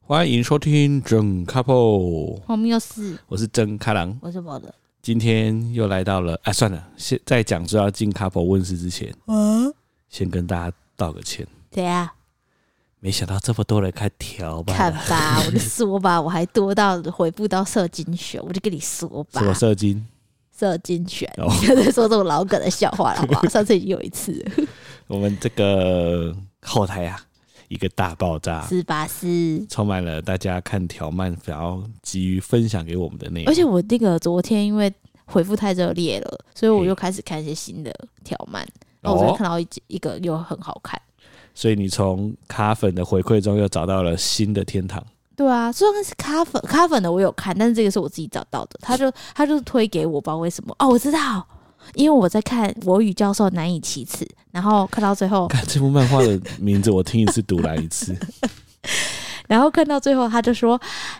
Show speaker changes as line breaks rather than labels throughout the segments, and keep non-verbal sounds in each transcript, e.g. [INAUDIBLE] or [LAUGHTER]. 欢迎收听整 couple，
荒谬事，
我是真开朗，
我是我的。
今天又来到了。哎，算了，先在讲说要进 couple 问世之前，
嗯，
先跟大家道个歉。
怎样？
没想到这么多人开条吧？
啊看吧，我就说吧，我还多到回不到射精选，我就跟你说吧
什，么射精？
射精选，
哦
[LAUGHS] 你就在说这种老梗的笑
[LAUGHS]
话了，好不好？上次已经有一次了，
我们这个后台啊，一个大爆炸，
是吧？是。
充满了大家看条漫想要急于分享给我们的内容
而。且我那个昨天因为回复太热烈了，所以我又开始看一些新的条漫。
哦
然后我昨天看到一集一个又很好看，
所以你从卡粉的回馈中又找到了新的天堂。
对啊，虽然是咖粉咖粉的我有看，但是这个是我自己找到的，他就他就推给我，不知道为什么哦，我知道，因为我在看《我与教授难以启齿》，然后看到最后，
看这部漫画的名字，我听一次读来一次。
然后看到最后，他就说，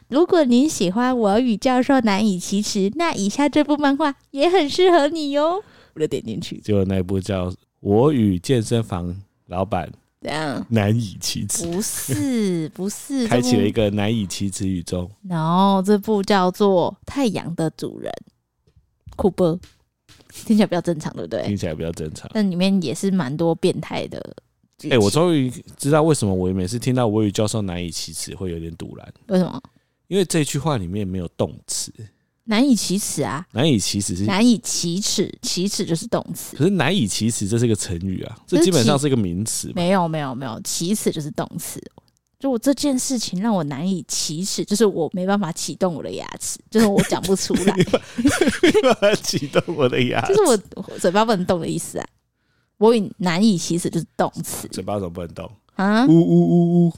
如果您喜欢《我与教授难以启齿》，那以下这部漫画也很适合你哟。我就点进去，
结果那一部叫《我与健身房老板
这样
难以启齿
不是不是，》，
开启了一
个，
个难以启齿宇宙。
然后这部叫做《太阳的主人》，酷波，听起来比较正常，对不对？
听起来比较正常。
但里面也是蛮多变态的剧情。
哎、我终于知道为什么我每次听到“我与教授难以启齿”会有点堵然，
为什么
因为这句话里面没有动词，
难以启齿啊？
难以启齿是，
难以启齿，启齿就是动
嗯
词。
可是难以启齿这是一个成语啊，
这
这
是
基本
启
上是一个名词嘛。
没有没有没有，启齿就是动词。就我这件事情让我难以启齿，就是我没办法启动我的牙齿，就是我讲不
[LAUGHS]
出来，
启动我的牙，
就是我我嘴巴不能动的意思啊。我以难以启齿就是动词
嘴巴怎么不能动？
啊
呜，呜呜呜！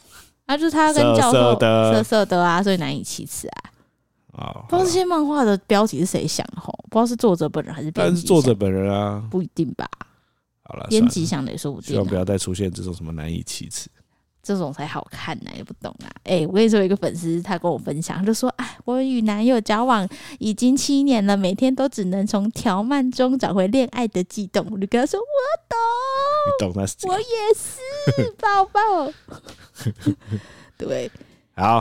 啊就是他跟
色
教授
色的
色色的啊，所以难以启齿啊。
啊，
不知道这些漫画的标题是谁想的吼，不知道是作者本人还是编
但
辑
是
想的，
作者本人啊，
不一定吧。
好了，
编
啊算了
辑想的也说不
希
定、
望不
啊，
要再出现这种什么难以启齿。
这种才好看呢、也不懂啊。哎、我跟你说，有一个粉丝他跟我分享，他就说：“哎，我与男友交往已经七年了，每天都只能从条漫中找回恋爱的悸动。”我就跟他说：“我
你懂那是怎
懂，
样
我也是，宝
[LAUGHS]
宝。”对，
好，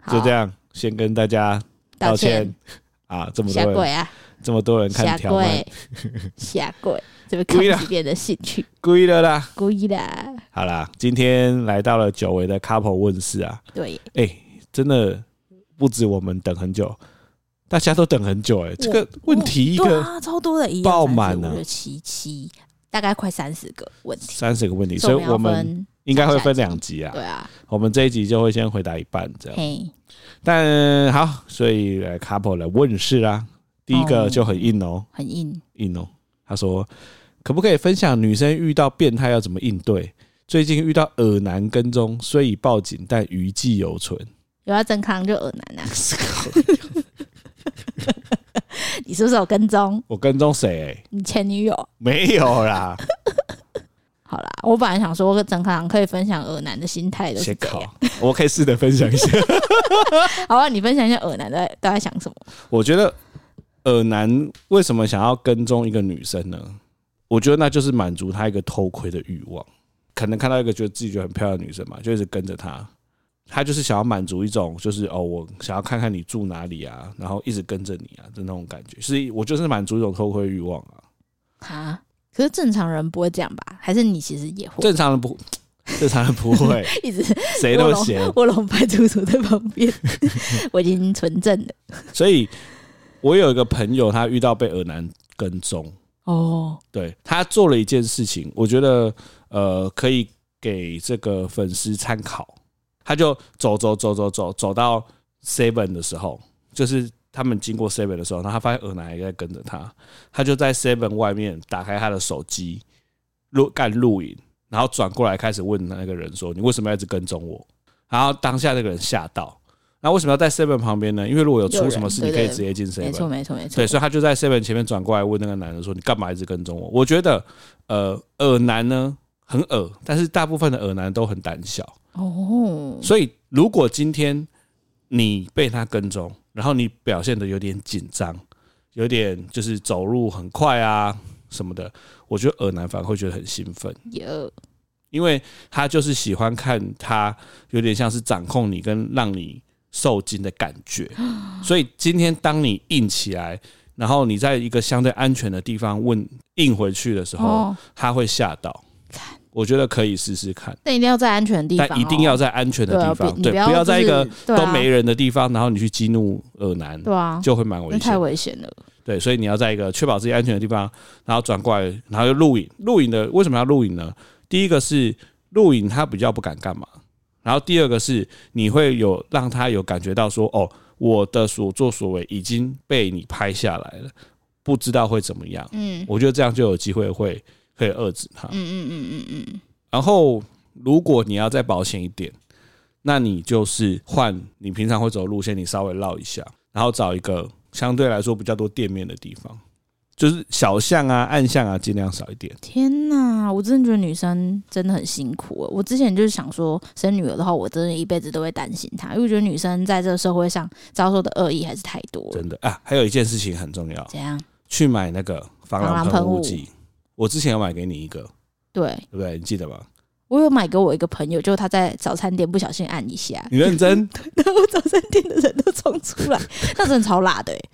好
就这，样，先跟大家道
道
歉
歉，
啊！这么
下
多
跪
人，
啊，
这么多人看
下
条漫，
跪，
[LAUGHS]
下跪，这个
故意的
看起变的兴趣，
故意的啦。
故意啦，
好啦，今天来到了久违的 couple 问世啊！
对，
哎、真的不止我们等很久，大家都等很久哎、这个问题一
对
个
啊，超多的，一
爆满啊
了，五六七七，大概快三十个问题。
三十个问题，
所
所
以我
以
们
我
要
们
分，
应该会分两集啊
对。啊，
我们这一集就会先回答一半这样。
嘿，
但好，所以来 couple 来问世啦。第一个
哦
就很硬哦，
很硬，
硬哦。他说，可不可以分享女生遇到变态要怎么应对？最近遇到耳男跟踪，虽已报警，但余悸犹存。
有要真康就耳男啊。你是不是有跟踪
我跟踪谁、
你前女友？
没有 [LAUGHS] 啦，
好啦，我本来想说真康可以分享耳男的心态的，
写考。我可以试着分享一下。
好啊，你分享一下耳男在都在想什么？
我觉得耳男为什么想要跟踪一个女生呢？我觉得那就是满足他一个偷窥的欲望，可能看到一个觉得自己觉得很漂亮的女生嘛，就一直跟着她。他就是想要满足一种，就是哦，我想要看看你住哪里啊，然后一直跟着你啊的那种感觉。是我就是满足一种偷窥欲望啊。
哈，可是正常人不会这样吧？还是你其实也会
正常人不，正常人不会，
[LAUGHS] 一直
谁
卧
都
龙
闲。
卧龙派出所在旁边，我已经纯正了
所以，我有一个朋友，他遇到被耳男跟踪，
哦。
对他做了一件事情，我觉得呃可以给这个粉丝参考。他就走走走走走走到 Seven 的时候，就是他们经过 Seven 的时候，然后他发现尔南也在跟着他，他就在 Seven 外面打开他的手机录干录影，然后转过来开始问那个人说：“你为什么要一直跟踪我？”然后当下那个人吓到，那为什么要在 Seven 旁边呢？因为如果有出什么事，
有
你
人
可以
对对
直接进
没
Seven
错，。没错，没错
对，。所以他就在 Seven 前面转过来问那个男的说：“你干嘛一直跟踪我？”我觉得，呃，耳男呢很耳，但是大部分的耳男都很胆小，
哦，
所以如果今天你被他跟踪，然后你表现的有点紧张，有点就是走路很快啊什么的，我觉得耳男反而会觉得很兴奋，
有
因为他就是喜欢看他有点像是掌控你跟让你受惊的感
[GASPS]
觉。所以今天当你硬起来，然后你在一个相对安全的地方问硬回去的时候，
哦，
他会吓到。我觉得可以试试看，
但一定要在安全的地方、哦
但一定要在安全的
对啊
地
不
方，
你
对，
不要
不要在一
就
个
是对啊
都没人的地方，然后你去激怒耳男，
对啊，
就会蛮危
那太
险。
危险了。
对，所以你要在一个确保自己安全的地方，然后转过来，然后又录影。录影的为什么要录影呢？第一个是录影他比较不敢干嘛，然后第二个是你会有让他有感觉到说，哦，我的所作所为已经被你拍下来了，不知道会怎么样。
嗯
我觉得这样就有机会会可以遏制他
嗯。嗯嗯嗯嗯，
然后如果你要再保险一点，那你就是换你平常会走的路线，你稍微绕一下，然后找一个相对来说比较多店面的地方，就是小巷啊、暗巷啊，尽量少一点。
天哪，我真的觉得女生真的很辛苦欸。我之前就是想说，生女儿的话，我真的一辈子都会担心她，因为我觉得女生在这个社会上遭受的恶意还是太多了。
真的啊，还有一件事情很重要，
怎样？
去买那个防
防
狼
狼
喷
喷
雾
雾
剂。我之前有买给你一个，
对
对不对？你记得 [LAUGHS] 吗？
我有买给我一个朋友，就他在早餐店不小心按一下，
你认真？
然后早餐店的人都冲出来，那真的超辣的、欸，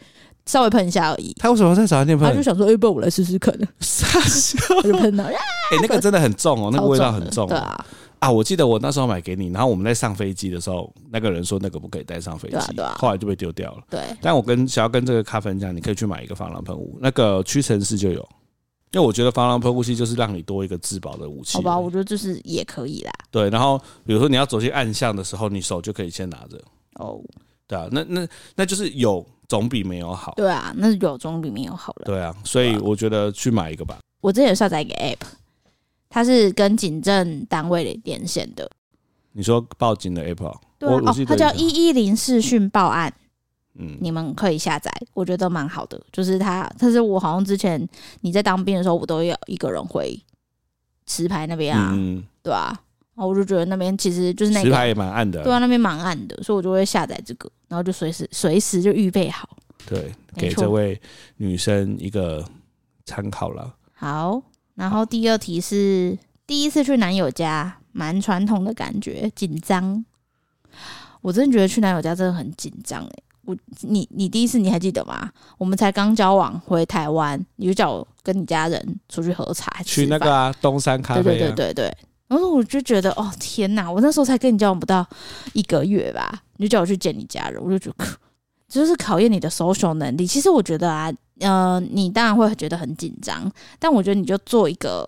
稍微喷一下而已。
他为什么在早餐店
他就
喷？
想说，哎、不然我来试试
[LAUGHS]
看，
傻笑！
他就喷到，啊
[LAUGHS] 哎，那个真的很重哦，那个味道
超
很
的
重
对啊，
啊！我记得我那时候买给你，然后我们在上飞机的时候，那个人说那个不可以带上飞
对啊
机
对啊，
后来就被丢掉了。
对，
但我跟想要跟这个咖啡讲，你可以去买一个防狼喷雾，那个屈臣氏就有，因为我觉得防狼喷雾器就是让你多一个自保的武器。
好吧，我觉得就是也可以啦。
对，然后比如说你要走进暗巷的时候，你手就可以先拿着，
哦，
对啊，那那那就是有总比没有好。
对啊，那有总比没有好了。
对啊，所以我觉得去买一个吧。
我之前有下载一个 app，它是跟警政单位连线的，
你说报警的 Apple，
对啊
我，我
哦
记，得
它叫
有
一一零视讯报案，
嗯，
你们可以下载，我觉得蛮好的。就是它，但是我好像之前你在当兵的时候，我都要一个人回石牌那边啊，
嗯，
对啊，然后我就觉得那边其实就是那
石牌
个。
也蛮暗的，
对啊，那边蛮暗的，所以我就会下载这个，然后就随时随时就预备好。
对，
没
给
错
这位女生一个参考了。
好，然后第二题是第一次去男友家，蛮传统的感觉，紧张。我真的觉得去男友家真的很紧张哎。我你你第一次你还记得吗？我们才刚交往回台湾，你就叫我跟你家人出去喝茶，
去那
吃
个
饭、
啊，东山咖啡、
对
啊，
对对对对。然后我就觉得哦天哪，我那时候才跟你交往不到一个月吧，你就叫我去见你家人，我就觉得。 [LAUGHS] 就是考验你的 social 能力。其实我觉得啊，呃，你当然会觉得很紧张，但我觉得你就做一个，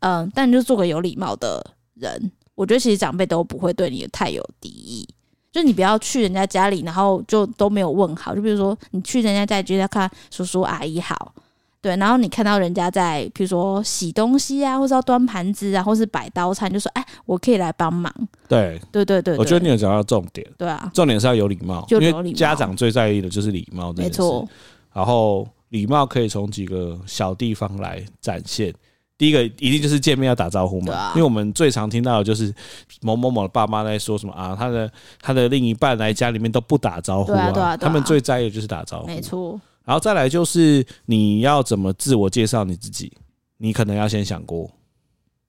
嗯、但你就做个有礼貌的人。我觉得其实长辈都不会对你太有敌意，就是你不要去人家家里，然后就都没有问好。就比如说你去人家家里，就要看叔叔阿姨好。对，然后你看到人家在，比如说洗东西啊，或是要端盘子啊，或是摆刀叉，你就说：“哎，我可以来帮忙。
对”
对对对，
我觉得
对
你有讲到重点，
对啊，
重点是要有礼貌，
就
因
有礼貌
为家长最在意的就是礼貌这
没
件事。
错，
然后礼貌可以从几个小地方来展现。第一个一定就是见面要打招呼嘛，
对啊
因为我们最常听到的就是某某某的爸妈在说什么啊，他的他的另一半来家里面都不打招呼
对啊对啊对啊
他们最在意的就是打招呼。
没错，
然后再来就是你要怎么自我介绍你自己，你可能要先想过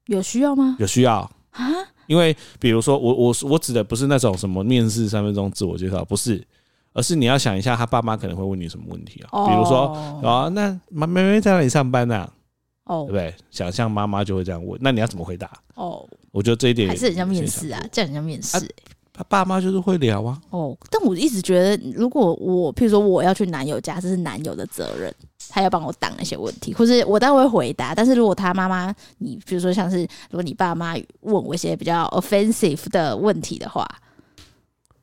有需要吗？
有需要，
啊，
因为比如说我我我指的不是那种什么面试三分钟自我介绍，不是，而是你要想一下他爸妈可能会问你什么问题啊，
哦，
比如说啊、那妈妹妹在哪里上班呢、对不
哦
对？想象妈妈就会这样问，那你要怎么回答？
哦，
我觉得这一点
还是很像面试
也
啊
是，
这样很像面试、
啊他爸妈就是会聊啊，
哦。但我一直觉得，如果我譬如说我要去男友家，这是男友的责任，他要帮我挡那些问题，或是我当然会回答。但是如果他妈妈，你比如说像是如果你爸妈问我一些比较 offensive 的问题的话，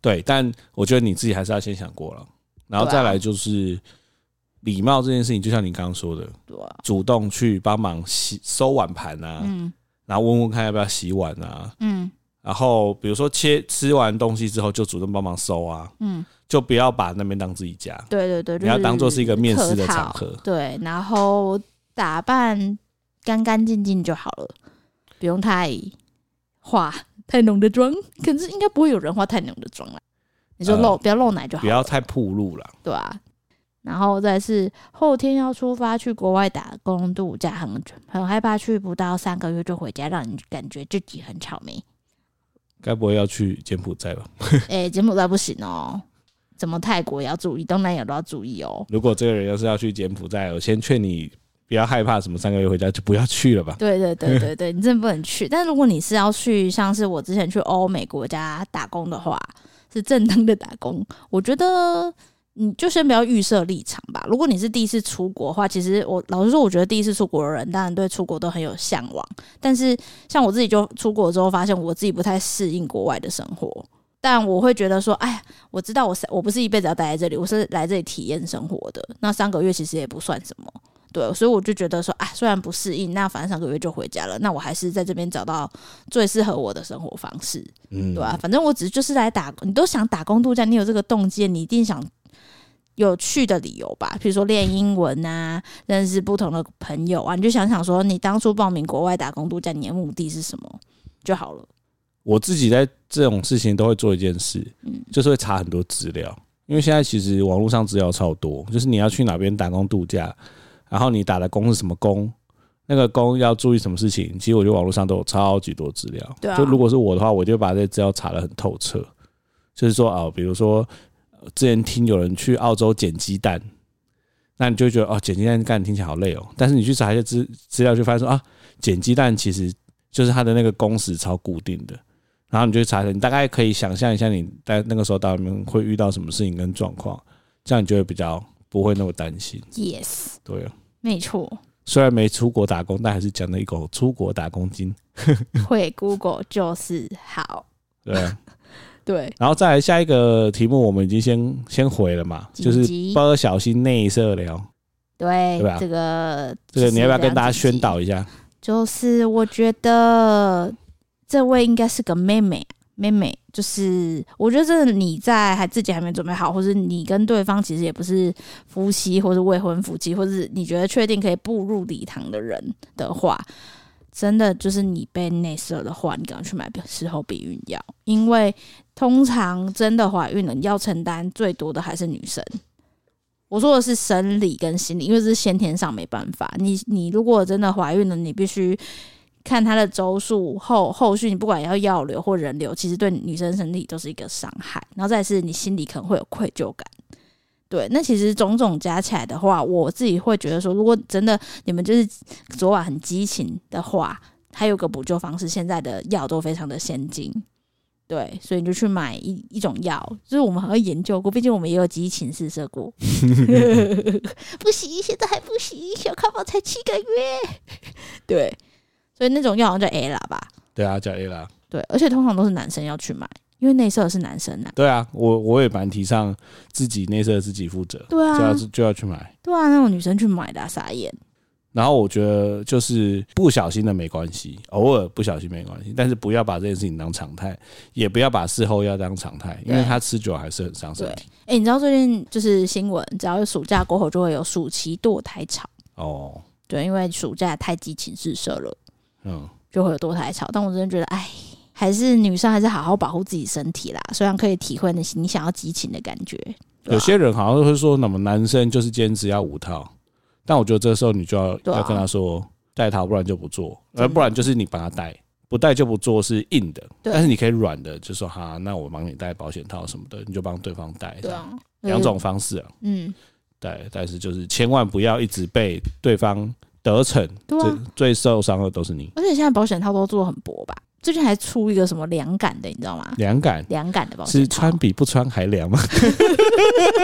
对。但我觉得你自己还是要先想过了，然后
对啊
再来就是礼貌这件事情，就像你刚刚说的，
对啊、
主动去帮忙洗收碗盘啊，
嗯
然后问问看要不要洗碗啊，
嗯
然后比如说切吃完东西之后，就主动帮忙收啊，
嗯，
就不要把那边当自己家，
对对对，就
你要当做是一个面试的
客套
场合。
对，然后打扮干干净净就好了，不用太化太浓的妆。可是应该不会有人化太浓的妆啦。你就
呃
露、不要露奶就好
不
了，
要太暴露了。
对啊。然后再是后天要出发去国外打工度假，很很害怕去不到三个月就回家，让你感觉自己很草莓。 [LAUGHS]
该不会要去柬埔寨吧？
哎、柬埔寨不行哦，怎么泰国也要注意，东南亚都要注意哦。
如果这个人要是要去柬埔寨，我先劝你不要害怕，什么三个月回家就不要去了吧。
对对对对对，你真的不能去。但如果你是要去，像是我之前去欧美国家打工的话，是正当的打工，我觉得你就先不要预设立场吧。如果你是第一次出国的话，其实我老实说，我觉得第一次出国的人，当然对出国都很有向往。但是像我自己就出国之后，发现我自己不太适应国外的生活。但我会觉得说，哎呀，我知道我是我不是一辈子要待在这里，我是来这里体验生活的。那三个月其实也不算什么，对，所以我就觉得说，哎，虽然不适应，那反正上个月就回家了，那我还是在这边找到最适合我的生活方式，
嗯，
对啊吧、反正我只是就是来打，你都想打工度假，你有这个动机，你一定想有去的理由吧？比如说练英文啊，认识不同的朋友啊，你就想想说，你当初报名国外打工度假，你的目的是什么就好了。
我自己在这种事情都会做一件事，
嗯
就是会查很多资料，因为现在其实网络上资料超多，就是你要去哪边打工度假，然后你打的工是什么工，那个工要注意什么事情，其实我觉得网络上都有超级多资料。
对啊
就如果是我的话，我就把这些资料查得很透彻，就是说啊，比如说呃之前听有人去澳洲捡鸡蛋。那你就会觉得哦，捡鸡蛋干听起来好累哦。但是你去查一些资资料，就发现说啊，捡鸡蛋其实就是它的那个工时超固定的，然后你就查一下，你大概可以想象一下你在那个时候到里面会遇到什么事情跟状况，这样你就会比较不会那么担心。
Yes，
对啊，
没错，
虽然没出国打工，但还是讲了一口出国打工经。
[LAUGHS] 会 Google 就是好，
[LAUGHS] 对啊，
对，
然后再来下一个题目，我们已经先先回了嘛，
紧
就是
急
不小心内射聊，
对
对吧
这个
这个
就是
你要不要跟大家
两集
宣导一下？
就是我觉得这位应该是个妹妹，妹妹就是我觉得这是你在还自己还没准备好，或是你跟对方其实也不是夫妻，或是未婚夫妻，或是你觉得确定可以步入礼堂的人的话。真的就是你被内射的话，你赶快去买事后避孕药，因为通常真的怀孕了，你要承担最多的还是女生。我说的是生理跟心理，因为这是先天上没办法。你你如果真的怀孕了，你必须看她的周数后后续，你不管要药流或人流，其实对女生身体都是一个伤害。然后再来是你心里可能会有愧疚感。对，那其实种种加起来的话，我自己会觉得说，如果真的你们就是昨晚很激情的话，还有个补救方式，现在的药都非常的先进。对，所以你就去买一一种药，就是我们好像研究过，毕竟我们也有激情试射过， [LAUGHS] 不行，现在还不行，小康宝才七个月。 [LAUGHS] 对，所以那种药好像叫 A 啦吧？
对啊，叫 A 啦。
对，而且通常都是男生要去买，因为内射是男生啊。
对啊，我我也蛮提倡自己内射自己负责，
对
就要
啊，
就要去买。
对啊，那种女生去买的、啊、傻眼。
然后我觉得就是不小心的没关系，偶尔不小心没关系，但是不要把这件事情当常态，也不要把事后要当常态，因为
对
他吃久了还是很伤身体。
哎、你知道最近就是新闻，只要是暑假过后就会有暑期堕胎潮，
哦，
对，因为暑假太激情试射了，
嗯，
就会有堕胎潮。但我真的觉得，哎。还是女生还是好好保护自己身体啦，虽然可以体会你你想要激情的感觉，对啊
有些人好像会说，那么男生就是坚持要五套，但我觉得这时候你就要、
对啊
要跟他说带套，不然就不做，
真的
而不然就是你把他带。不带就不做是硬的，
对
但是你可以软的，就说哈，那我帮你带保险套什么的，你就帮对方带，
对啊，
两种方式啊。
嗯，
对，但是就是千万不要一直被对方得逞，
对
最
啊，
最受伤的都是你。
而且现在保险套都做得很薄吧？最近还出一个什么凉感的，你知道吗？
凉感
凉感的保
是
险套
穿，比不穿还凉吗 [LAUGHS]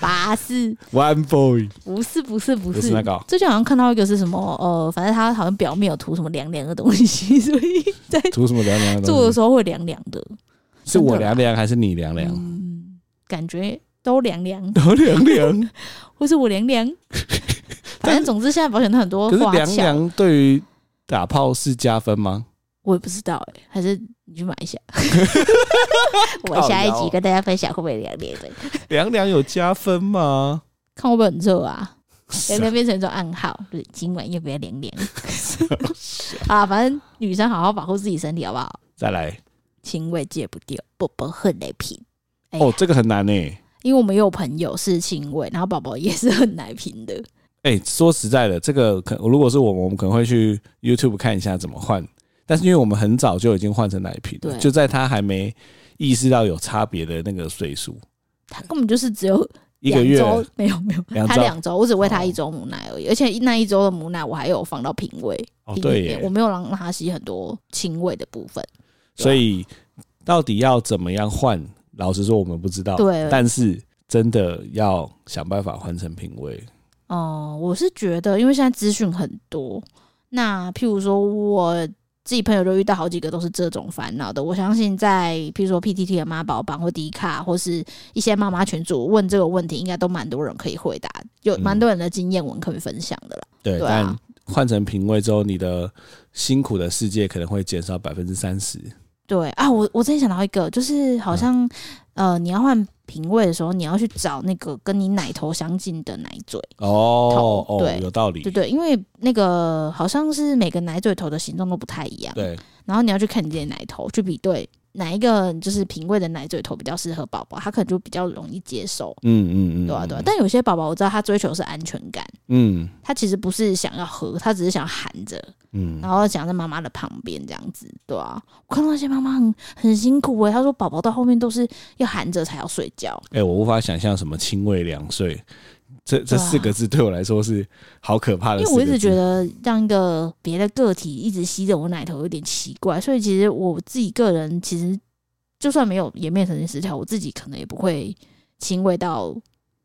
八是
？One boy
不是不是不
不
是
是那个哦
最近好像看到一个是什么呃，反正它好像表面有涂什么凉凉的东西， [LAUGHS] 所以在
涂什么凉凉的
做
东
的
西？
时候会凉凉的，啊
是我凉凉还是你凉凉？
嗯，感觉都凉凉，
[LAUGHS] 都凉凉，
或是我
[LAUGHS]
凉凉。反正总之现在保险套很多
可是
花
凉
俏，
凉对于打炮是加分吗？ [LAUGHS]
我也不知道哎、还是你去买一下。我
靠
下一
腰哦
集跟大家分享会不会凉凉的，
凉凉有加分吗？
看会不会很热啊？凉
是啊
凉变成一种暗号，就是今晚要不要凉凉？啊，反正女生好好保护自己身体，好不好？
[LAUGHS] 再来
腥味戒不掉，波波恨雷劈。哎呀
哦哦，这个很难呢。
因为我们也有朋友是亲喂，然后宝宝也是很奶瓶的，
哎、说实在的，这个可如果是我们，我们可能会去 YouTube 看一下怎么换。但是因为我们很早就已经换成奶瓶了，
对
就在他还没意识到有差别的那个岁数，
他根本就是只有
一个月
两周没有没有，
两
他
周哦
两周，我只喂他一周母奶而已，而且那一周的母奶我还有放到瓶喂
哦，
里
对
面，
耶
我，没有让他吸很多亲喂的部分。
所以到底要怎么样换？老实说，我们不知道。
对
但是真的要想办法换成品味。
哦、我是觉得，因为现在资讯很多，那譬如说我自己朋友就遇到好几个都是这种烦恼的。我相信在譬如说 PTT 的妈宝榜或迪卡或是一些妈妈群组问这个问题，应该都蛮多人可以回答，有
嗯
蛮多人的经验文可以分享的啦。
对，
对啊
但换成品味之后，你的辛苦的世界可能会减少百分之三十。
对啊，我我之前想到一个，就是
嗯
好像、呃，你要换品味的时候，你要去找那个跟你奶头相近的奶嘴。
哦
头
哦
对，
有道理。
对对，因为那个好像是每个奶嘴头的形状都不太一样，
对
然后你要去看你自己的奶头，去比对哪一个就是品味的奶嘴头比较适合宝宝，他可能就比较容易接受，
嗯嗯嗯，
对啊对啊
嗯。
但有些宝宝我知道他追求是安全感，
嗯
他其实不是想要喝，他只是想含着，
嗯，
然后想在妈妈的旁边这样子，对啊。我看到那些妈妈很很辛苦诶、她说宝宝到后面都是要含着才要睡觉，
哎、我无法想象什么亲喂两岁，这这
对啊
四个字对我来说是好可怕的
因
四
为
个字。
我一直觉得让一个别的个体一直吸着我奶头有点奇怪，所以其实我自己个人其实就算没有颜面神经失调，我自己可能也不会亲喂到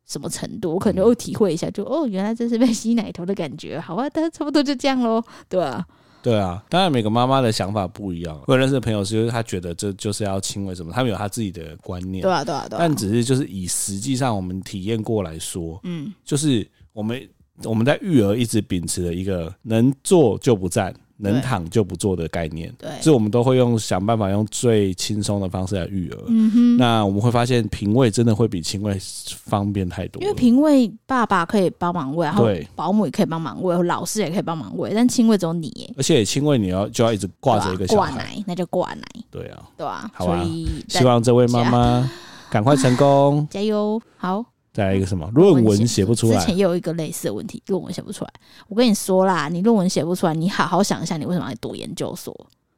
什么程度，我可
嗯
能就体会一下，就哦，原来这是被吸奶头的感觉，好啊，但差不多就这样咯，对啊，
对啊，当然每个妈妈的想法不一样。我有认识的朋友是，就是他觉得这就是要亲喂什么，他们有他自己的观念
对。啊，对啊，对啊
但，只是就是以实际上我们体验过来说，
嗯，
就是我们我们在育儿一直秉持的一个能坐就不站，能
对
躺就不坐的概念，
对，
所以我们都会用想办法用最轻松的方式来育儿。
嗯哼。
那我们会发现，平喂真的会比亲喂方便太多了。
因为平喂爸爸可以帮忙喂，然后
对
保姆也可以帮忙喂，老师也可以帮忙喂，但亲喂只有你耶，
而且亲喂你要就要一直挂着一个
对
小
吧挂
孩，
奶，那就挂奶，
对啊，
对啊，
好啊
所以
希望这位妈
啊
妈赶快成功。
加油，好。
再来一个什么论文写不出
之前
来，
也有一个类似的问题，论文写不出来。我跟你说啦，你论文写不出来，你好好想一下，你为什么要读研究所？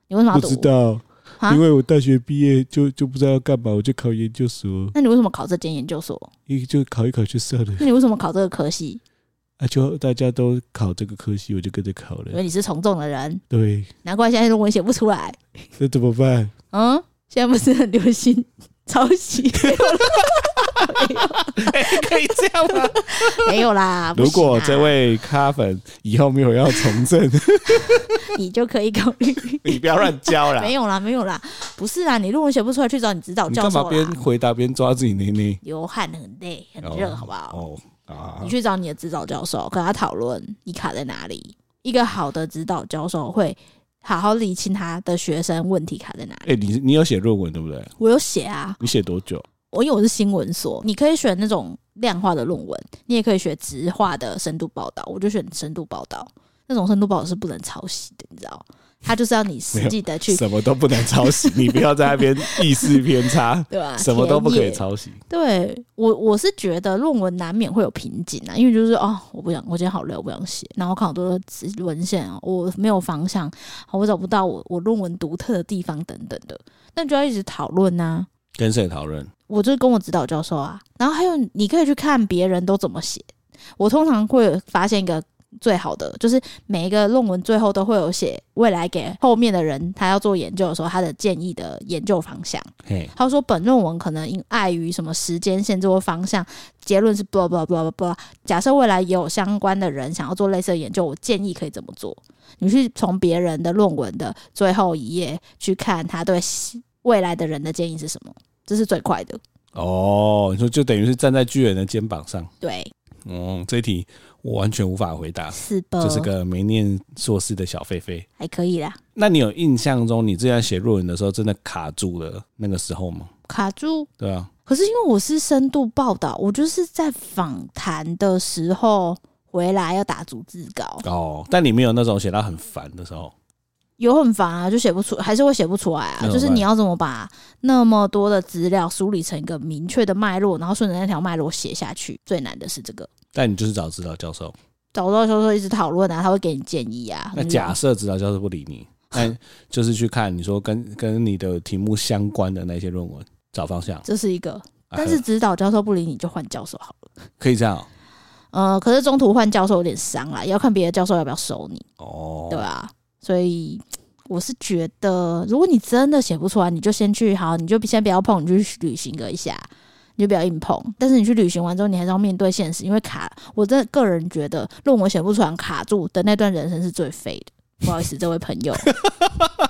你为什么要读？
道
啊
为我大学毕业就就不知道要干嘛，我就考研究所，
那你为什么考这间研究所？
一就考一考就上了，
那你为什么考这个科系？
啊，就大家都考这个科系，我就跟着考
[LAUGHS] 因为。你是从众的人，
对，
难怪现在论文写不出来。
那怎么办？ [LAUGHS]
嗯，现在不是很流行抄袭？ [LAUGHS]
可以这样吗？
没有啦。
[LAUGHS]
不
如
行啊
果这位咖粉以后没有要从
[LAUGHS]
政，
你就可以考
[LAUGHS]
虑，
你不要乱教啦。
没有啦，没有啦，不是啦，你论文写不出来，去找你指导
啊你
教
干嘛
授
边
啦。
回答边抓自己捏捏？
流汗很累，很热，好不好？
哦啊
你，去找你的指导教授，跟他讨论你卡在哪里。一个好的指导教授会好好理清他的学生问题卡在哪里。
哎、你你有写论文对不对？
我有写啊，
你写多久？
我因为我是新闻所，你可以选那种量化的论文，你也可以选直化的深度报道，我就选深度报道。那种深度报道是不能抄袭的，你知道？他就是要你实际的去，
什么都不能抄袭，你不要在那边意识偏差，
[LAUGHS] 对吧、
什么都不可
田
以
野
抄袭。
对我，我是觉得论文难免会有瓶颈啊，因为就是哦，我不想，我今天好累，我不想写，然后看好多文献哦，我没有方向，我找不到我我论文独特的地方等等的，那就要一直讨论呐。
跟谁讨论？
我就跟我指导教授啊，然后还有你可以去看别人都怎么写，我通常会发现一个最好的，就是每一个论文最后都会有写未来给后面的人他要做研究的时候他的建议的研究方向。
嘿，
他说本论文可能因碍于什么时间限制或方向，结论是 blah blah blah blah blah。假设未来也有相关的人想要做类似的研究，我建议可以怎么做？你去从别人的论文的最后一页去看他对未来的人的建议是什么，这是最快的。
哦，你说就等于是站在巨人的肩膀上。
对，
哦，这一题我完全无法回答，
是吧？
就是个没念硕士的小狒狒。
还可以啦。
那你有印象中你之前写论文的时候真的卡住了那个时候吗？
卡住，
对啊，
可是因为我是深度报道，我就是在访谈的时候回来要打逐字稿。
哦，但你没有那种写到很烦的时候。
有很烦啊，就写不出，还是会写不出来啊。
那怎么办
就是你要怎么把那么多的资料梳理成一个明确的脉络，然后顺着那条脉络写下去，最难的是这个。
但你就是找指导教授。
找到教授一直讨论啊，他会给你建议啊。
那
很
假
累
设指导教授不理
[LAUGHS]
你，那就是去看你说跟跟你的题目相关的那些论文，找方向。
这是一个，
啊
但是指导教授不理你就换教授好了。
可以这样
呃，可是中途换教授有点伤啦，要看别的教授要不要收你，
哦。
对啊，所以我是觉得，如果你真的写不出来，你就先去好，你就先不要碰，你就去旅行个一下，你就不要硬碰。但是你去旅行完之后，你还是要面对现实，因为卡，我真的个人觉得论文写不出来卡住的那段人生是最废的。不好意思，这位朋友，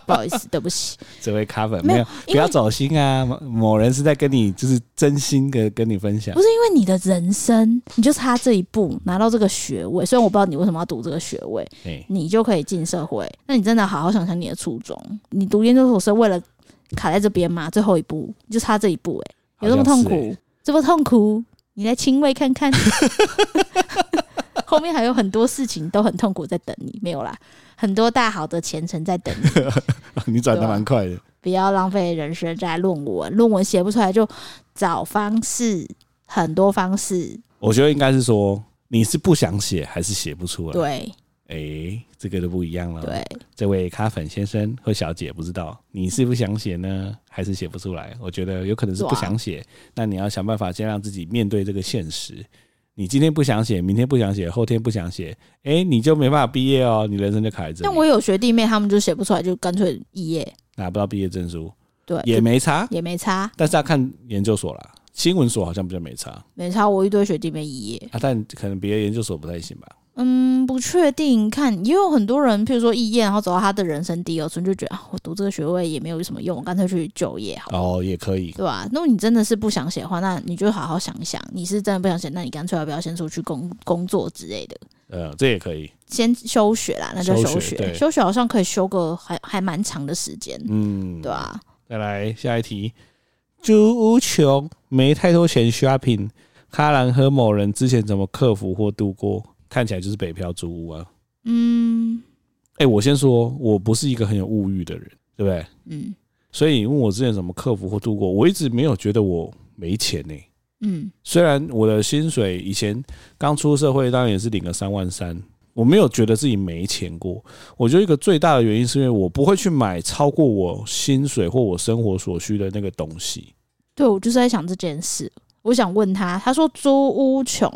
不好意思，对不起，
这位 cover 没
没有
有不
因为
要走心啊，某某人是在跟你就是真心的跟你分享
不。是因为你的人生，你就差这一步拿到这个学位。虽然我不知道你为什么要读这个学位，
哎，
你就可以进社会。那你真的好好想想你的初衷。你读研究所是为了卡在这边吗？最后一步你就差这一步、欸，有这么痛
好像是欸？
苦？这么痛苦？你来亲喂
[LAUGHS]
看看。后面还有很多事情都很痛苦在等你，没有啦，很多大好的前程在等你。
哎 [LAUGHS] 你转的蛮快的。
不要浪费人生在论文，论文写不出来就找方式，很多方式。
我觉得应该是说你是不想写还是写不出来？，
对
哎，这个就不一样了。，
对，
这位咖粉先生或小姐，不知道你是不想写呢，还是写不出来？我觉得有可能是不想写，那你要想办法先让自己面对这个现实。你今天不想写，明天不想写，后天不想写，哎、你就没办法毕业哦，你人生就卡在这
但
里，
我有学弟妹，他们就写不出来，就干脆肄业。
拿不到毕业证书
对，
也没差，
也没差，
但是要看研究所啦，新闻所好像比较没差啊，
没差。我一堆学弟妹肄业，
但可能别的研究所不太行吧。
嗯，不确定。看，也有很多人，譬如说肄业，然后走到他的人生第二春，就觉得啊，我读这个学位也没有什么用，我干脆去就业好了。
哦，也可以，
对吧、那如果你真的是不想写的话，那你就好好想一想，你是真的不想写，那你干脆要不要先出去工工作之类的？
呃，这也可以，
先休学啦，那就
休
休
学
学。
对
休学好像可以休个还还蛮长的时间，
嗯，
对啊，
再来下一题，朱无穷没太多钱 shopping，卡兰和某人之前怎么克服或度过？看起来就是北漂租屋啊。
嗯
哎、我先说，我不是一个很有物欲的人，对不对？
嗯
所以你问我之前怎么克服或度过，我一直没有觉得我没钱呢、
嗯
虽然我的薪水以前刚出社会，当然也是领个三万三，我没有觉得自己没钱过。我觉得一个最大的原因是因为我不会去买超过我薪水或我生活所需的那个东西。
对我就是在想这件事，我想问他，他说租屋穷，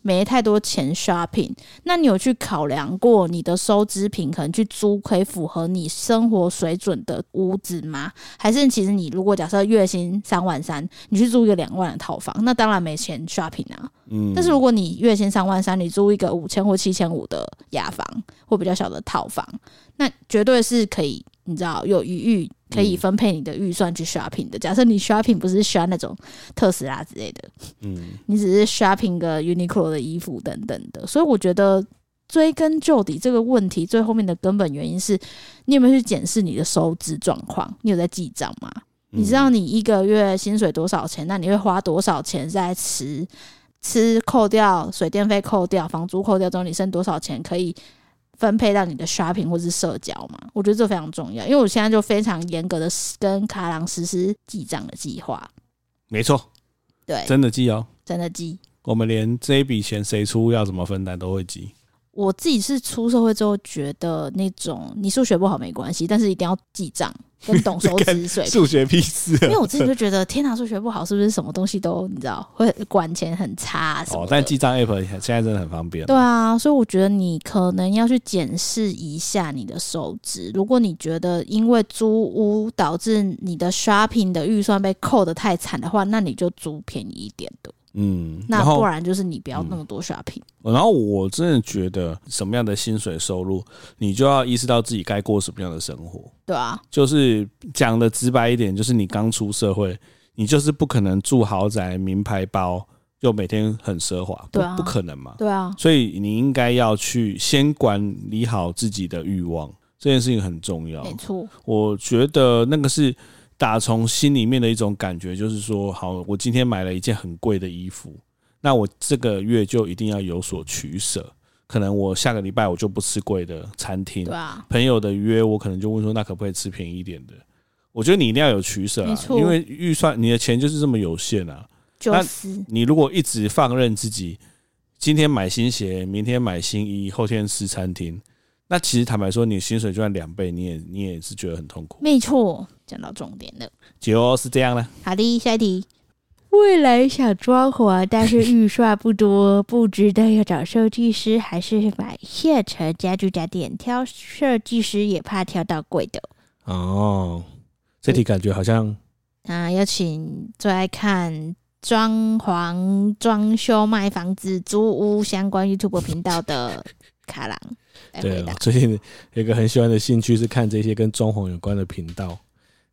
没太多钱 shopping，那你有去考量过你的收支平衡去租可以符合你生活水准的屋子吗？还是其实你如果假设月薪三万三，你去租一个两万的套房，那当然没钱 shopping 啊。
嗯，
但是如果你月薪三万三，你租一个五千或七千五的雅房或比较小的套房，那绝对是可以，你知道有余裕可以分配你的预算去 shopping 的。假设你 shopping 不是 shop 那种特斯拉之类的，
嗯，
你只是 shopping 个 Uniqlo 的衣服等等的，所以我觉得。追根究底，这个问题最后面的根本原因是，你有没有去检视你的收支状况？你有在记账吗？你知道
嗯
你一个月薪水多少钱？那你会花多少钱在吃？吃扣掉水电费，扣掉房租，扣掉之后，你剩多少钱可以分配到你的 shopping 或是社交嘛？我觉得这非常重要，因为我现在就非常严格的跟卡郎实施记账的计划。
没错，
对，
真的记哦。
真的记。
我们连这一笔钱谁出要怎么分担都会记。
我自己是出社会之后觉得那种你数学不好没关系，但是一定要记账跟
[LAUGHS]
懂收支水平。
数学屁事啊
因为我
[LAUGHS]
自己就觉得，天哪，数学不好是不是什么东西都你知道会管钱很差啊什么
哦
的？，
但记账 app 现在真的很方便。
对啊，所以我觉得你可能要去检视一下你的收支。如果你觉得因为租屋导致你的 shopping 的预算被扣得太惨的话，那你就租便宜一点的。
嗯，
那
然
不
后嗯
然就是你不要那么多 shopping。
然后我真的觉得什么样的薪水收入，你就要意识到自己该过什么样的生活。
对啊，
就是讲的直白一点，就是你刚出社会，你就是不可能住豪宅、名牌包，又每天很奢华，不
对啊
不可能嘛。
对啊，
所以你应该要去先管理好自己的欲望，这件事情很重要。
没错，
我觉得那个是打从心里面的一种感觉，就是说，好，我今天买了一件很贵的衣服，那我这个月就一定要有所取舍。
可能我下个礼拜我就不吃贵的餐厅
对，啊，
朋友的约，我可能就问说，那可不可以吃便宜一点的？我觉得你一定要有取舍、
没
啊，
错
因为预算你的钱就是这么有限啊。
就是
你如果一直放任自己，今天买新鞋，明天买新衣，后天吃餐厅，那其实坦白说，你薪水赚两倍，你也你也是觉得很痛苦。哦
没错，讲到重点了。
就是这样了，
好的，下一题。未来想装潢，啊但是预算不多，不知道要找设计师还是买现成家具家电。挑设计师也怕挑到贵的。
哦，这题感觉好像
那要啊请最爱看装潢、装修、卖房子、租屋相关 YouTube 频道的卡郎来
对啊
回答
我。最近有一个很喜欢的兴趣是看这些跟装潢有关的频道，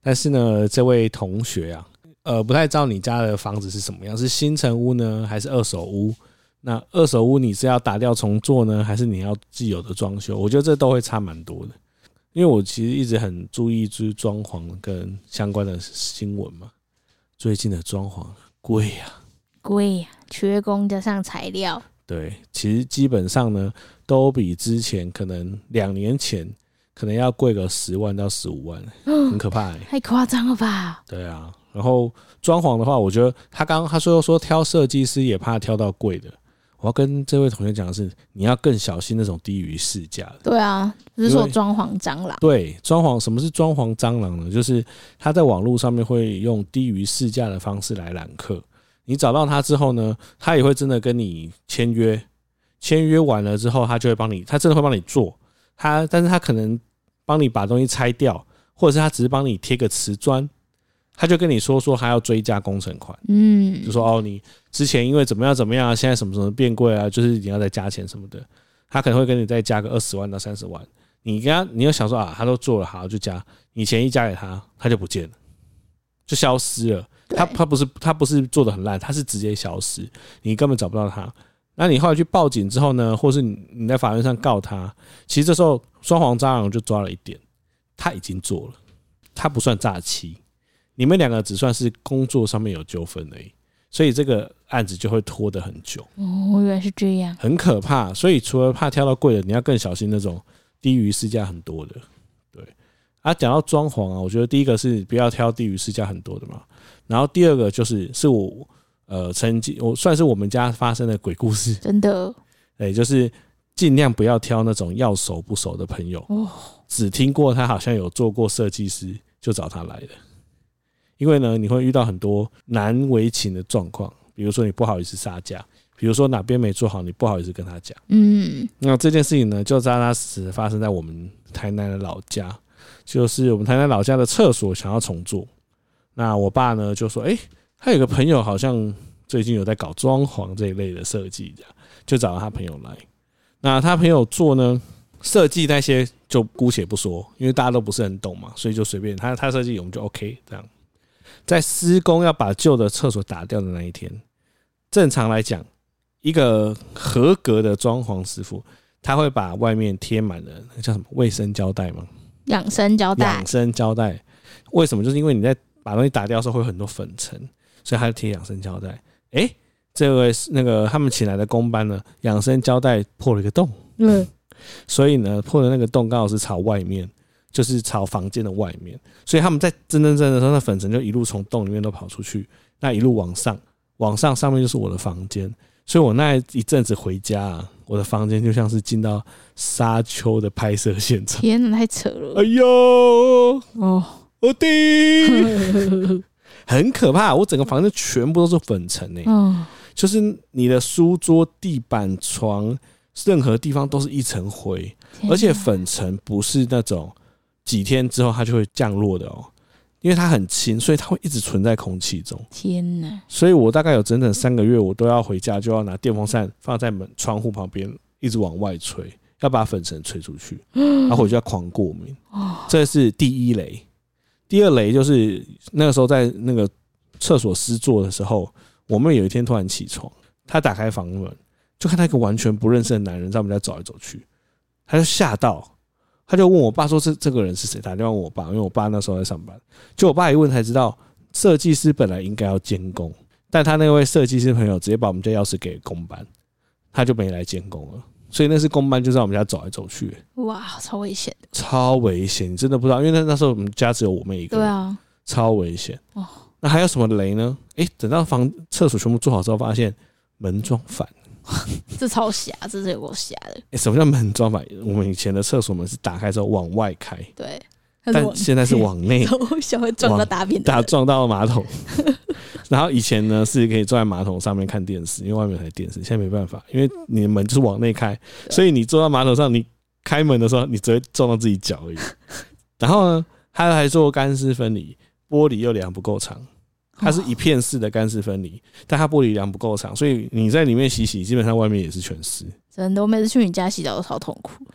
但是呢，这位同学啊，呃，不太知道你家的房子是什么样，是新城屋呢，还是二手屋？那二手屋你是要打掉重做呢，还是你要既有的装修？我觉得这都会差蛮多的，因为我其实一直很注意就是装潢跟相关的新闻嘛。最近的装潢贵啊呀、
贵呀、缺工加上材料，
对，其实基本上呢，都比之前可能两年前可能要贵个十万到十五万，
嗯
很可怕、欸。
太夸张了吧？
对啊，然后装潢的话，我觉得他刚他说说挑设计师也怕挑到贵的，我要跟这位同学讲的是，你要更小心那种低于市价的。
对啊，不是说
因为
装潢蟑螂，
对，装潢什么是装潢蟑螂呢？就是他在网络上面会用低于市价的方式来揽客。你找到他之后呢，他也会真的跟你签约，签约完了之后，他就会帮你，他真的会帮你做。他，但是他可能帮你把东西拆掉，或者是他只是帮你贴个瓷砖，他就跟你说说他要追加工程款。
嗯
就，说哦，你之前因为怎么样怎么样啊，现在什么什么变贵啊，就是你要再加钱什么的，他可能会跟你再加个二十万到三十万。你跟他，你又想说啊，他都做了，好就加，你钱一加给他，他就不见了，就消失了。
对
他他不是他不是做的很烂，他是直接消失，你根本找不到他。那你后来去报警之后呢，或是你你在法院上告他，其实这时候双黄蟑螂就抓了一点，他已经做了，他不算诈欺，你们两个只算是工作上面有纠纷而已，所以这个案子就会拖得很久，
哦，原来是这样。
很可怕。所以除了怕挑到贵的，你要更小心那种低于市价很多的。对，啊，讲到装潢啊，我觉得第一个是不要挑低于市价很多的嘛，然后第二个就是是我呃曾经我算是我们家发生的鬼故事，
真的
哎，就是尽量不要挑那种要熟不熟的朋友。
哦，
只听过他好像有做过设计师，就找他来的。因为呢，你会遇到很多难为情的状况，比如说你不好意思杀价，比如说哪边没做好，你不好意思跟他讲。
嗯，
那这件事情呢，就扎扎实实地发生在我们台南的老家，就是我们台南老家的厕所想要重做。那我爸呢就说：“诶，哎他有个朋友好像最近有在搞装潢这一类的设计，这样就找到他朋友来。那他朋友做呢，设计那些就姑且不说，因为大家都不是很懂嘛，所以就随便他他设计我们就 OK 这样。在施工要把旧的厕所打掉的那一天，正常来讲，一个合格的装潢师傅，他会把外面贴满了那个叫什么卫生胶带吗？
养生胶带
养，生胶带。为什么？就是因为你在把东西打掉的时候会有很多粉尘，所以他就贴养生胶带。诶，这位是那个他们请来的工班呢，养生胶带破了一个洞，
嗯，
所以呢，破的那个洞刚好是朝外面，就是朝房间的外面，所以他们在真真正的时候，那粉尘就一路从洞里面都跑出去，那一路往上，往上上面就是我的房间，所以我那一阵子回家、啊，我的房间就像是进到沙丘的拍摄现
[LAUGHS]
场。
天哪，太扯
哎
了
呦， [LAUGHS]
哦，
我的，
[LAUGHS]
很可怕！我整个房间全部都是粉尘诶、
哦，
就是你的书桌、地板、床，任何地方都是一层灰。
天哪
而且粉尘不是那种几天之后它就会降落的哦，因为它很轻，所以它会一直存在空气中。
天哪，
所以我大概有整整三个月，我都要回家就要拿电风扇放在门窗户旁边，一直往外吹，要把粉尘吹出去，然后回去要狂过敏。
哦，
这是第一雷，第二雷就是那个时候在那个厕所施作的时候，我妹有一天突然起床，她打开房门，就看到一个完全不认识的男人在我们家走来走去，她就吓到，她就问我爸说这这个人是谁？打电话问我爸，因为我爸那时候在上班，就我爸一问才知道，设计师本来应该要监工，但他那位设计师朋友直接把我们家钥匙给公班，他就没来监工了，所以那次公班就在我们家走来走去、欸
哇，超危险的。
超危险，你真的不知道，因为那那时候我们家只有我妹一个
对
人，
啊，
超危险。
哦
那还有什么雷呢？诶，等到房厕所全部做好之后，发现门装反。
这超瞎，这是有够瞎的。
诶，什么叫门装反？我们以前的厕所门是打开之后往外开，
对，
但现在是
[LAUGHS]
往内
我小会撞到
往
大便的
打
人，
撞到马桶。 [LAUGHS] 然后以前呢是可以坐在马桶上面看电视，因为外面有台电视，现在没办法，因为你的门就是往内开，
对
所以你坐到马桶上，你开门的时候你只会撞到自己脚而已。然后呢，他还做干湿分离，玻璃又量不够长，它是一片式的干湿分离，但它玻璃量不够长，所以你在里面洗洗，基本上外面也是全湿。
真的，我每次去你家洗澡都超痛苦。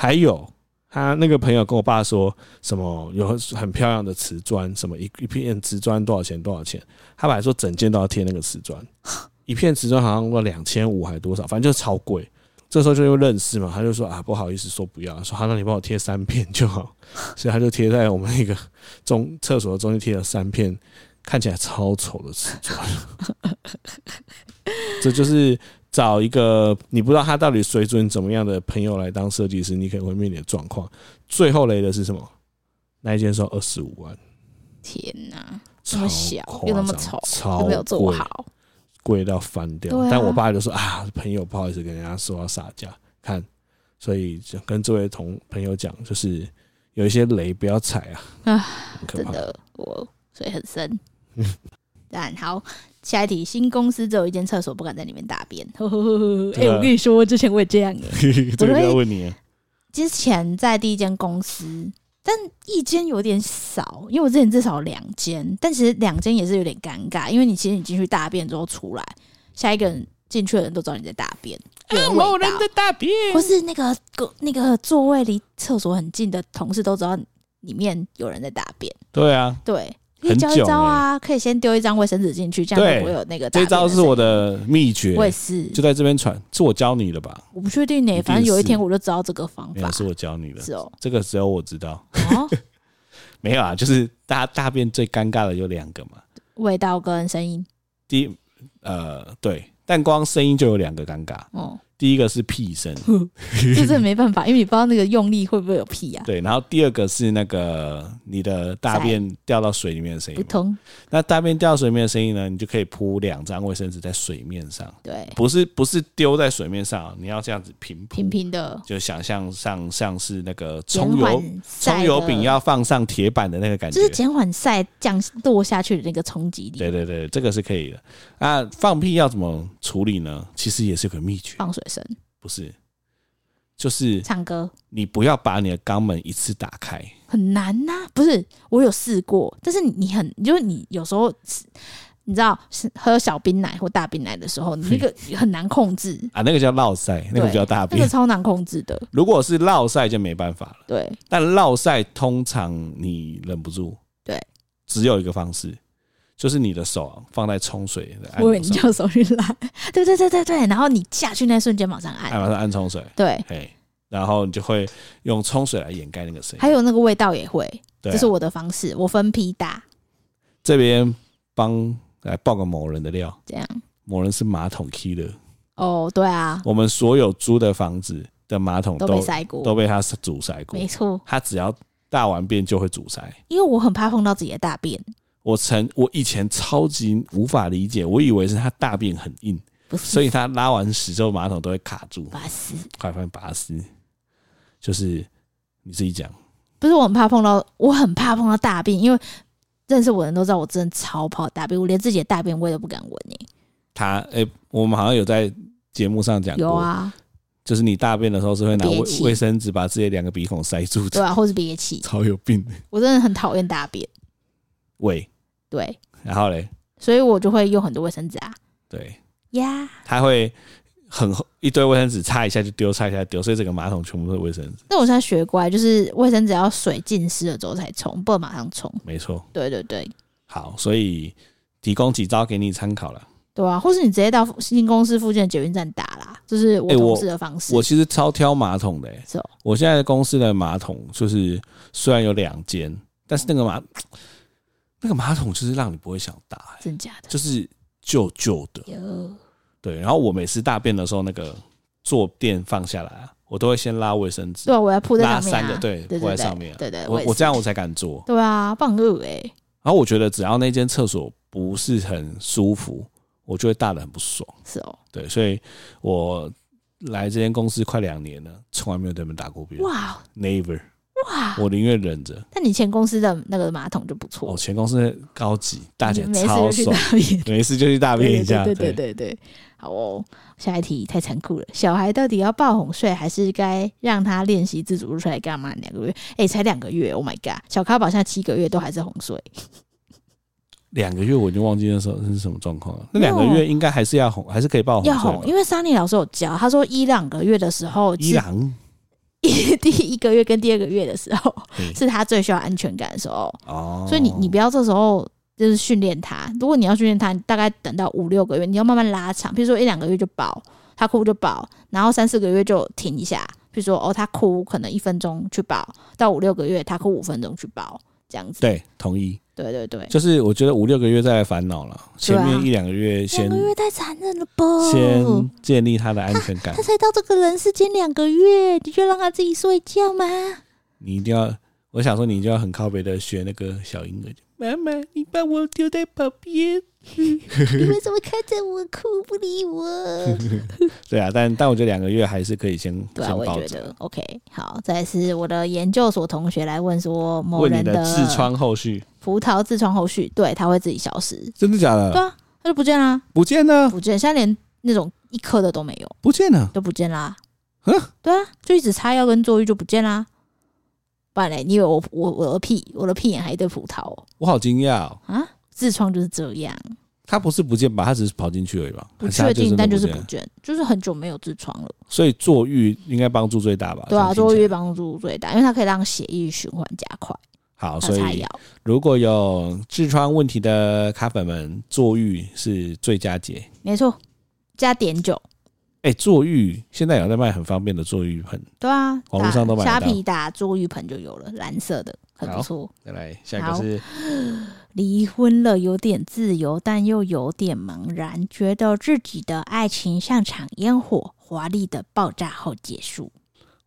还有他那个朋友跟我爸说什么有很漂亮的瓷砖，什么一一片瓷砖多少钱多少钱，他本来说整件都要贴那个瓷砖，一片瓷砖好像要两千五还多少，反正就是超贵。这时候就又认识嘛，他就说啊不好意思说不要，说好、那你帮我贴三片就好，所以他就贴在我们那个中厕所的中间贴了三片，看起来超丑的瓷砖。这就是找一个你不知道他到底水准怎么样的朋友来当设计师，你可能会面临的状况。最后雷的是什么？那一间收二十五万，
天哪，那
超
么小
夸张
又那么丑，
超
都没有做
贵，
好。
贵到翻掉。
对啊
但我爸就说啊，朋友不好意思跟人家说要杀价，看，所以就跟这位同朋友讲，就是有一些雷不要踩啊，
啊
很可
真
怕。
的，我水很深。 [LAUGHS] 但好，下一题，新公司只有一间厕所，不敢在里面大便。 [LAUGHS] 呵呵呵呵哎、
对啊
我跟你说，之前我也这样、欸。
[LAUGHS] 这个就要问你啊了，
之前在第一间公司，但一间有点少，因为我之前至少有两间，但其实两间也是有点尴尬，因为你其实你进去大便之后出来，下一个人进去的人都知道你在大便，
啊
有人味道，
大便，
或是那个那个座位离厕所很近的同事都知道里面有人在大便。
对啊，
对，可以
很
教一
久欸
招啊，可以先丢一张卫生纸进去，这样
对
就不会有那个大
这
便
招是我
声
的秘诀
音。，我也是，
就在这边传，是我教你的吧？
我不确定呢、
一定
反正有一
是
天我就知道这个方
没
法
有，是我教你的，
是哦，
这个只有我知道。
哦，
没有啊， [LAUGHS] 就是大大便最尴尬的有两个嘛。
味道跟声音，
第一，呃，对，但光声音就有两个尴尬。
哦，
第一个是屁声，
[LAUGHS]
[LAUGHS]
就是没办法，因为你不知道那个用力会不会有屁啊呀、
对，然后第二个是那个你的大便掉到水里面的声
不
音。
通，
那大便掉到水里面的声音呢，你就可以铺两张卫生纸在水面上，
对，
不是不是丢在水面上，你要这样子平铺
平，平的，
就想象上像是那个
减
葱油
缓晒
葱
的
油饼要放上铁板的那个感觉
就是。减缓晒降落下去的那个冲击力，
对对对，这个是可以的。啊，放屁要怎么处理呢？其实也是有个秘诀。
放水声，
不是，就是
唱歌。
你不要把你的肛门一次打开，
很难呐、不是我有试过，但是你很，就是你有时候吃，你知道是喝小冰奶或大冰奶的时候，你那个很难控制，
啊，那个叫落塞，那个
对
叫大
那个
便。
超难控制的。
如果是落塞就没办法了，
对，
但落塞通常你忍不住，
对，
只有一个方式，就是你的手放在冲水的按
我以为
钮
你
上，
叫手去拉，对对对对对，然后你下去那瞬间马上按，
按上按冲水，
对，
嘿，然后你就会用冲水来掩盖那个声音。
还有那个味道也会，
对啊、
这是我的方式，我分批打，
这边帮来爆个某人的料，
这样。
某人是马桶 key 的，
哦，对啊，
我们所有租的房子的马桶
都
都
没塞过，
都被他阻塞过
没，错，
他只要大完便就会阻塞。
因为我很怕碰到自己的大便，
我曾我以前超级无法理解，我以为是他大便很硬，
不是，
所以他拉完屎之后马桶都会卡
[LAUGHS]
住，
不是，
快快拔丝。就是你自己讲，
不是我很怕碰到，我很怕碰到大便，因为认识我的人都知道我真的超怕大便，我连自己的大便味都不敢闻诶、
他诶、我们好像有在节目上讲过，
有啊，
就是你大便的时候是会拿
憋
卫
气
卫生纸把自己的两个鼻孔塞住
对
的，
啊，或是
[LAUGHS]
憋气，
超有病的
我真的很讨厌大便，
喂，
对，
然后嘞，
所以我就会用很多卫生纸啊，
对，
呀，
他会很一堆卫生纸擦一下就丢，擦一下就丢，所以整个马桶全部都是卫生纸，
那我现在学乖，就是卫生纸要水浸湿了之后才冲，不能马上冲，
没错。
对对对，
好，所以提供几招给你参考了。
对啊，或是你直接到新公司附近的捷运站打啦，这是我
哎
同
我
事的方式，
我其实超挑马桶的、欸，
是哦
我现在的公司的马桶就是虽然有两间，但是那个马那个马桶就是让你不会想打、欸，
真假的，
就是旧旧的。
有
对，然后我每次大便的时候，那个坐垫放下来啊，我都会先拉卫生纸
对，啊，我要铺在上
拉
面、啊，
三个，对，
对
铺在
对
上面啊。
对对，
我
也
我
是
这样我才敢坐。
对啊，棒饿哎、
然后我觉得只要那间厕所不是很舒服，我就会大的很不爽。
是哦，
对，所以我来这间公司快两年了，从来没有对门打过别人
哇
，never。
哇，
我宁愿忍着。
那你前公司的那个马桶就不错
我，前公司高级，大姐
你嗯没事
超
就去
爽，
大
[LAUGHS]
便，
没事就去大便一下。
对对对对对，好哦，下一题太残酷了，小孩到底要抱哄睡，还是该让他练习自主入睡干嘛？两个月，哎、才两个月，Oh my god，小咖宝现在七个月都还在哄睡，
两个月我就忘记那时候那是什么状况了。那两个月应该还是要哄，还是可以抱睡
要哄，
吧
因为桑尼老师有教，他说一两个月的时候，
伊
是
朗
第一 [LAUGHS] 个月跟第二个月的时候，
嗯
是他最需要安全感的时候，
哦，
所以你你不要这时候就是训练他。如果你要训练他，你大概等到五六个月，你要慢慢拉长。比如说一两个月就抱，他哭就抱，然后三四个月就停一下。比如说哦，他哭可能一分钟去抱，到五六个月他哭五分钟去抱，这样子。
对同意，
对对对，
就是我觉得五六个月再来烦恼了，
对
前
啊
面一两个月
两
先
个月太残忍了吧？
先建立他的安全感
他，才到这个人世间两个月，你就让他自己睡觉吗？
你一定要。我想说，你就要很靠北的学那个小婴儿，妈妈，你把我丢在旁边。 [LAUGHS]
你为什么看着我哭不理我？
对啊，但但我觉得两个月还是可以先
对啊，
先
我
抱
也觉
着。
得 OK。好，再来是我的研究所同学来问说，某
问你
人
的痔疮后续，
葡萄痔疮后续，对，它会自己消失，
真的假
对
的？
啊，它就不见啦，
不见了，
不见，现在连那种一颗的都没有，
不见了。
就不见啦
嗯。
对啊，就一直擦药跟坐浴就不见啦。不然嘞，你以为我我我的屁我的屁眼还一堆葡萄哦、
我好惊讶、哦，
啊？痔疮就是这样，
他不是不见吧？他只是跑进去而已吧？
不
还是他
确定，
真的
但就是
不
不
见
见，就是很久没有痔疮了。
所以坐浴应该帮助最大吧？
对啊，
这样听
坐
起来
浴帮助最大，因为它可以让血液循环加快。
好，
它
哦所
擦
以
药，
如果有痔疮问题的咖粉们，坐浴是最佳解。
没错，加碘酒。
哎、坐浴现在有在卖很方便的坐浴盆。
对啊，
网络上都买得
虾
到
皮打坐浴盆就有了，蓝色的，很
好
不错。
再来，下一个
好
是
离婚了，有点自由，但又有点茫然，觉得自己的爱情像场烟火，华丽的爆炸后结束。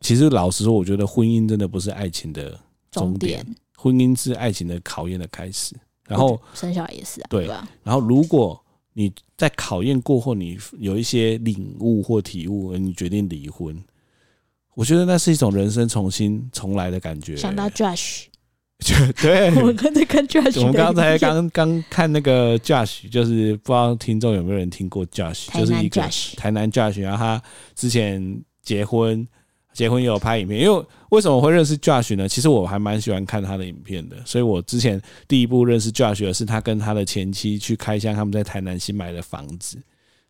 其实老实说，我觉得婚姻真的不是爱情的终
终点，
婚姻是爱情的考验的开始。然后，
生小孩也是啊，
对
对吧？
然后如果你在考验过后，你有一些领悟或体悟，你决定离婚，我觉得那是一种人生重新重来的感觉。欸
想到 Josh，
[LAUGHS] 对，
我们刚才看
[LAUGHS]
Josh，
我们
的
刚才
影片
刚刚看那个 Josh，就是不知道听众有没有人听过 Josh，
台
就是
南
一个
Josh，
台南 Josh，然后他之前结婚，结婚也有拍影片。因为为什么我会认识 Josh 呢？其实我还蛮喜欢看他的影片的，所以我之前第一部认识 Josh 的是他跟他的前妻去开箱他们在台南新买的房子，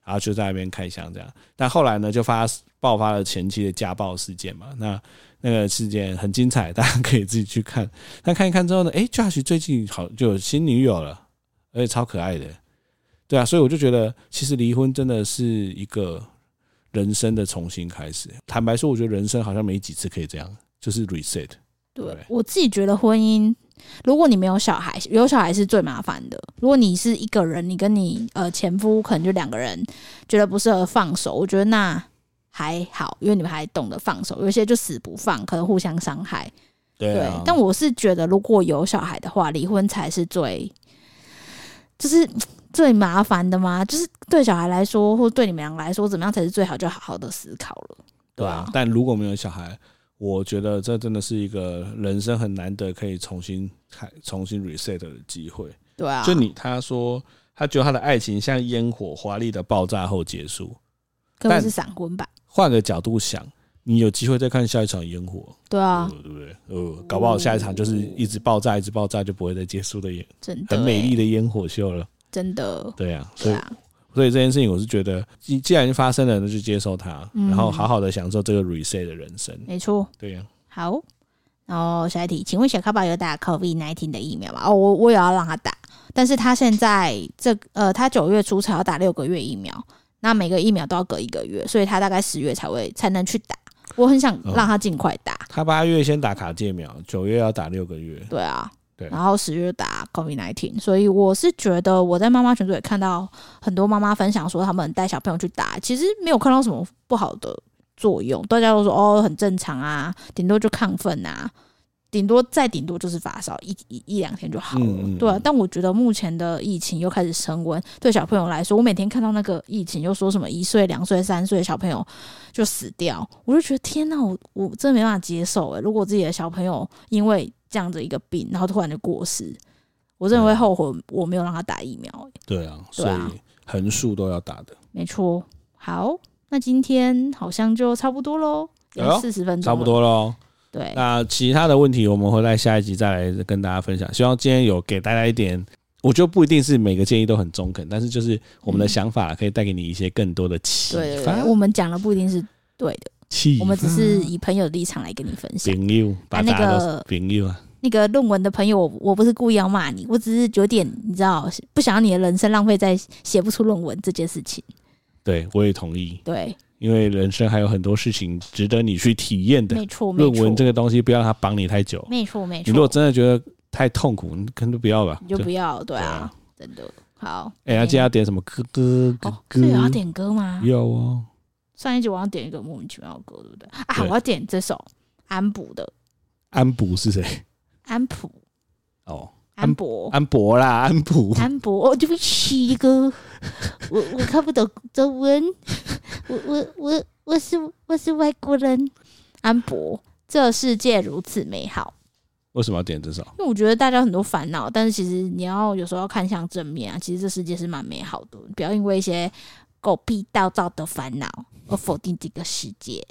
然后就在那边开箱这样。但后来呢，就发爆发了前妻的家暴事件嘛，那那个事件很精彩，大家可以自己去看。那看一看之后呢，诶 j o s h 最近好就有新女友了，而且超可爱的。对啊，所以我就觉得，其实离婚真的是一个人生的重新开始。坦白说，我觉得人生好像没几次可以这样，就是 reset。
对
对
我自己觉得婚姻，如果你没有小孩，有小孩是最麻烦的。如果你是一个人，你跟你呃前夫可能就两个人，觉得不适合放手，我觉得那还好，因为你们还懂得放手。有些就死不放，可能互相伤害。
对
对
啊，，
但我是觉得，如果有小孩的话，离婚才是最，就是嗯最麻烦的嘛。就是对小孩来说，或对你们俩来说，怎么样才是最好，就好好的思考了。
对啊，但如果没有小孩，我觉得这真的是一个人生很难得可以重新开、重新 reset 的机会。
对啊，
就你他说，他觉得他的爱情像烟火华丽的爆炸后结束。
根
但
本是闪婚吧？
换个角度想，你有机会再看下一场烟火，
对啊，
呃对不对？呃，搞不好下一场就是一
哦
直爆炸，一直爆炸，就不会再结束的烟，
真的、
很美丽
的，
的烟火秀了。
真的，
对啊，所
对
以
啊。
所以这件事情，我是觉得，既既然发生了，那就接受它，
嗯
然后好好的享受这个 reset 的人生。
没错。
对啊呀、
好，然后下一题，请问小咖宝有打 COVID nineteen 的疫苗吗？哦，我我也要让他打，但是他现在这呃，他九月初才要打六个月疫苗，那每个疫苗都要隔一个月，所以他大概十月才会才能去打。我很想
嗯
让他尽快打，
他八月先打卡介苗，九月要打六个月。
对啊。
对
然后十月打 COVID nineteen，所以我是觉得我在妈妈群组也看到很多妈妈分享说，他们带小朋友去打，其实没有看到什么不好的作用，大家都说哦很正常啊，顶多就亢奋啊，顶多再顶多就是发烧一一一两天就好了，
嗯嗯
对啊
嗯。
但我觉得目前的疫情又开始升温，对小朋友来说，我每天看到那个疫情又说什么一岁、两岁、三岁小朋友就死掉，我就觉得天呐，我我真的没办法接受诶、欸如果自己的小朋友因为这样的一个病，然后突然就过世，我真的会后悔我没有让他打疫苗、欸
对啊，
对
所
啊
以横竖都要打的，
没错。好，那今天好像就差不多喽，
哎呦
有四十分钟，
差不。多喽。
对，
那其他的问题，我们会在下一集再来跟大家分享。希望今天有给大家一点，我觉得不一定是每个建议都很中肯，但是就是我们的想法可以带给你一些更多的启
嗯对对
发
对，。我们讲的不一定是对的，
启
我们只是以朋友的立场来跟你分享。
朋友，把
啊那
大家都
个
是朋友啊，
那个论文的朋友，我我不是故意要骂你，我只是有点你知道，不想让你的人生浪费在写不出论文这件事情。
对我也同意，
对，
因为人生还有很多事情值得你去体验的。
没错，没
论
错
文，这个东西，不要让它绑你太久。
没错，没
你如果
错，
真的觉得太痛苦，你可能就不要吧。
你就不要，对
对
啊
啊，
真的好。
哎，要记得要点什么歌歌歌
哦，这
歌
个要点啊歌吗？
有哦，
上一集我要点一个莫名其妙的歌，对不对？啊，
对
我要点这首安普的
安普是谁？
安普
哦，
安博
安博啦，安普。
安博，哦，对不起哥，我我看不懂中文，我我我我是我是外国人。安博，这世界如此美好。
为什么要点这首？
因为我觉得大家很多烦恼，但是其实你要有时候要看向正面啊，其实这世界是蛮美好的，不要因为一些狗屁道灶的烦恼而否定这个世界，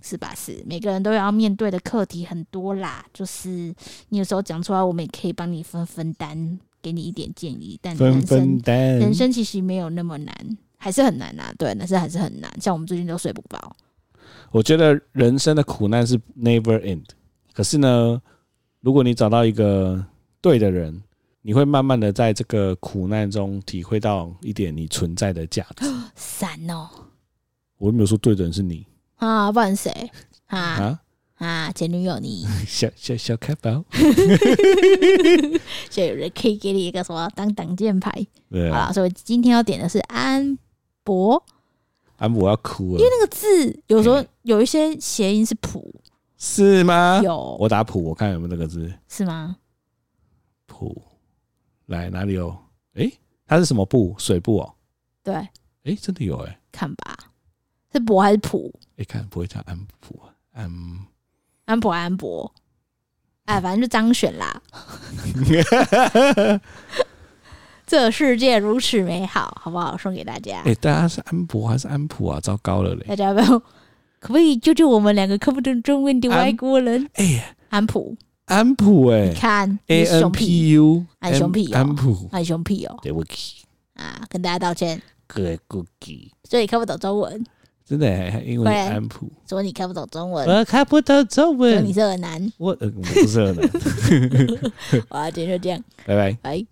是吧？是每个人都要面对的课题很多啦，就是你有时候讲出来，我们也可以帮你分分担，给你一点建议，但
分
人
分
生
担，
人生其实没有那么难，还是很难啊，对，但是还是很难，像我们最近都睡不饱，
我觉得人生的苦难是 never end。可是呢，如果你找到一个对的人，你会慢慢的在这个苦难中体会到一点你存在的价
[GASPS]
值。
散哦
我又没有说对的人是你
啊，不然谁啊
啊，
啊前女友你。
小小小开宝。
[LAUGHS] 就有人可以给你一个什么当挡箭牌。
对
好
啊
了，，所以我今天要点的是安博
安啊博要哭了，
这个字，有时候
嗯
有一些谐音是普，
是吗？
有
我打谱，我看有没有那个字
是吗？
谱。来哪里有？诶，它是什么布？水布哦。
对，
诶，真的有诶。
看吧，是博还是普？
一看不会叫安普啊，
[LAUGHS]
安，
安博安博，哎，反正就张选啦。这世界如此美好，好不好？送给大家
哎、，大家是安博还是安普啊？糟糕了嘞！
大家要不要？可不可以救救我们两个看不懂中文的
安
外国人？
哎、
安普，
安普哎、
你看，
a
你是
N
熊屁，
P U，
哎熊屁哦
安普，
很熊屁哦。
对不起，
啊，跟大家道歉。
各位 Googie，
所以看不懂中文，
真的、欸，因
不
为
然
安普，
说你看不懂中文，
我看不到中
说你
文，
是个男。
我呃我不是很 [LAUGHS]
好啊，今天就这样，
拜拜。
拜。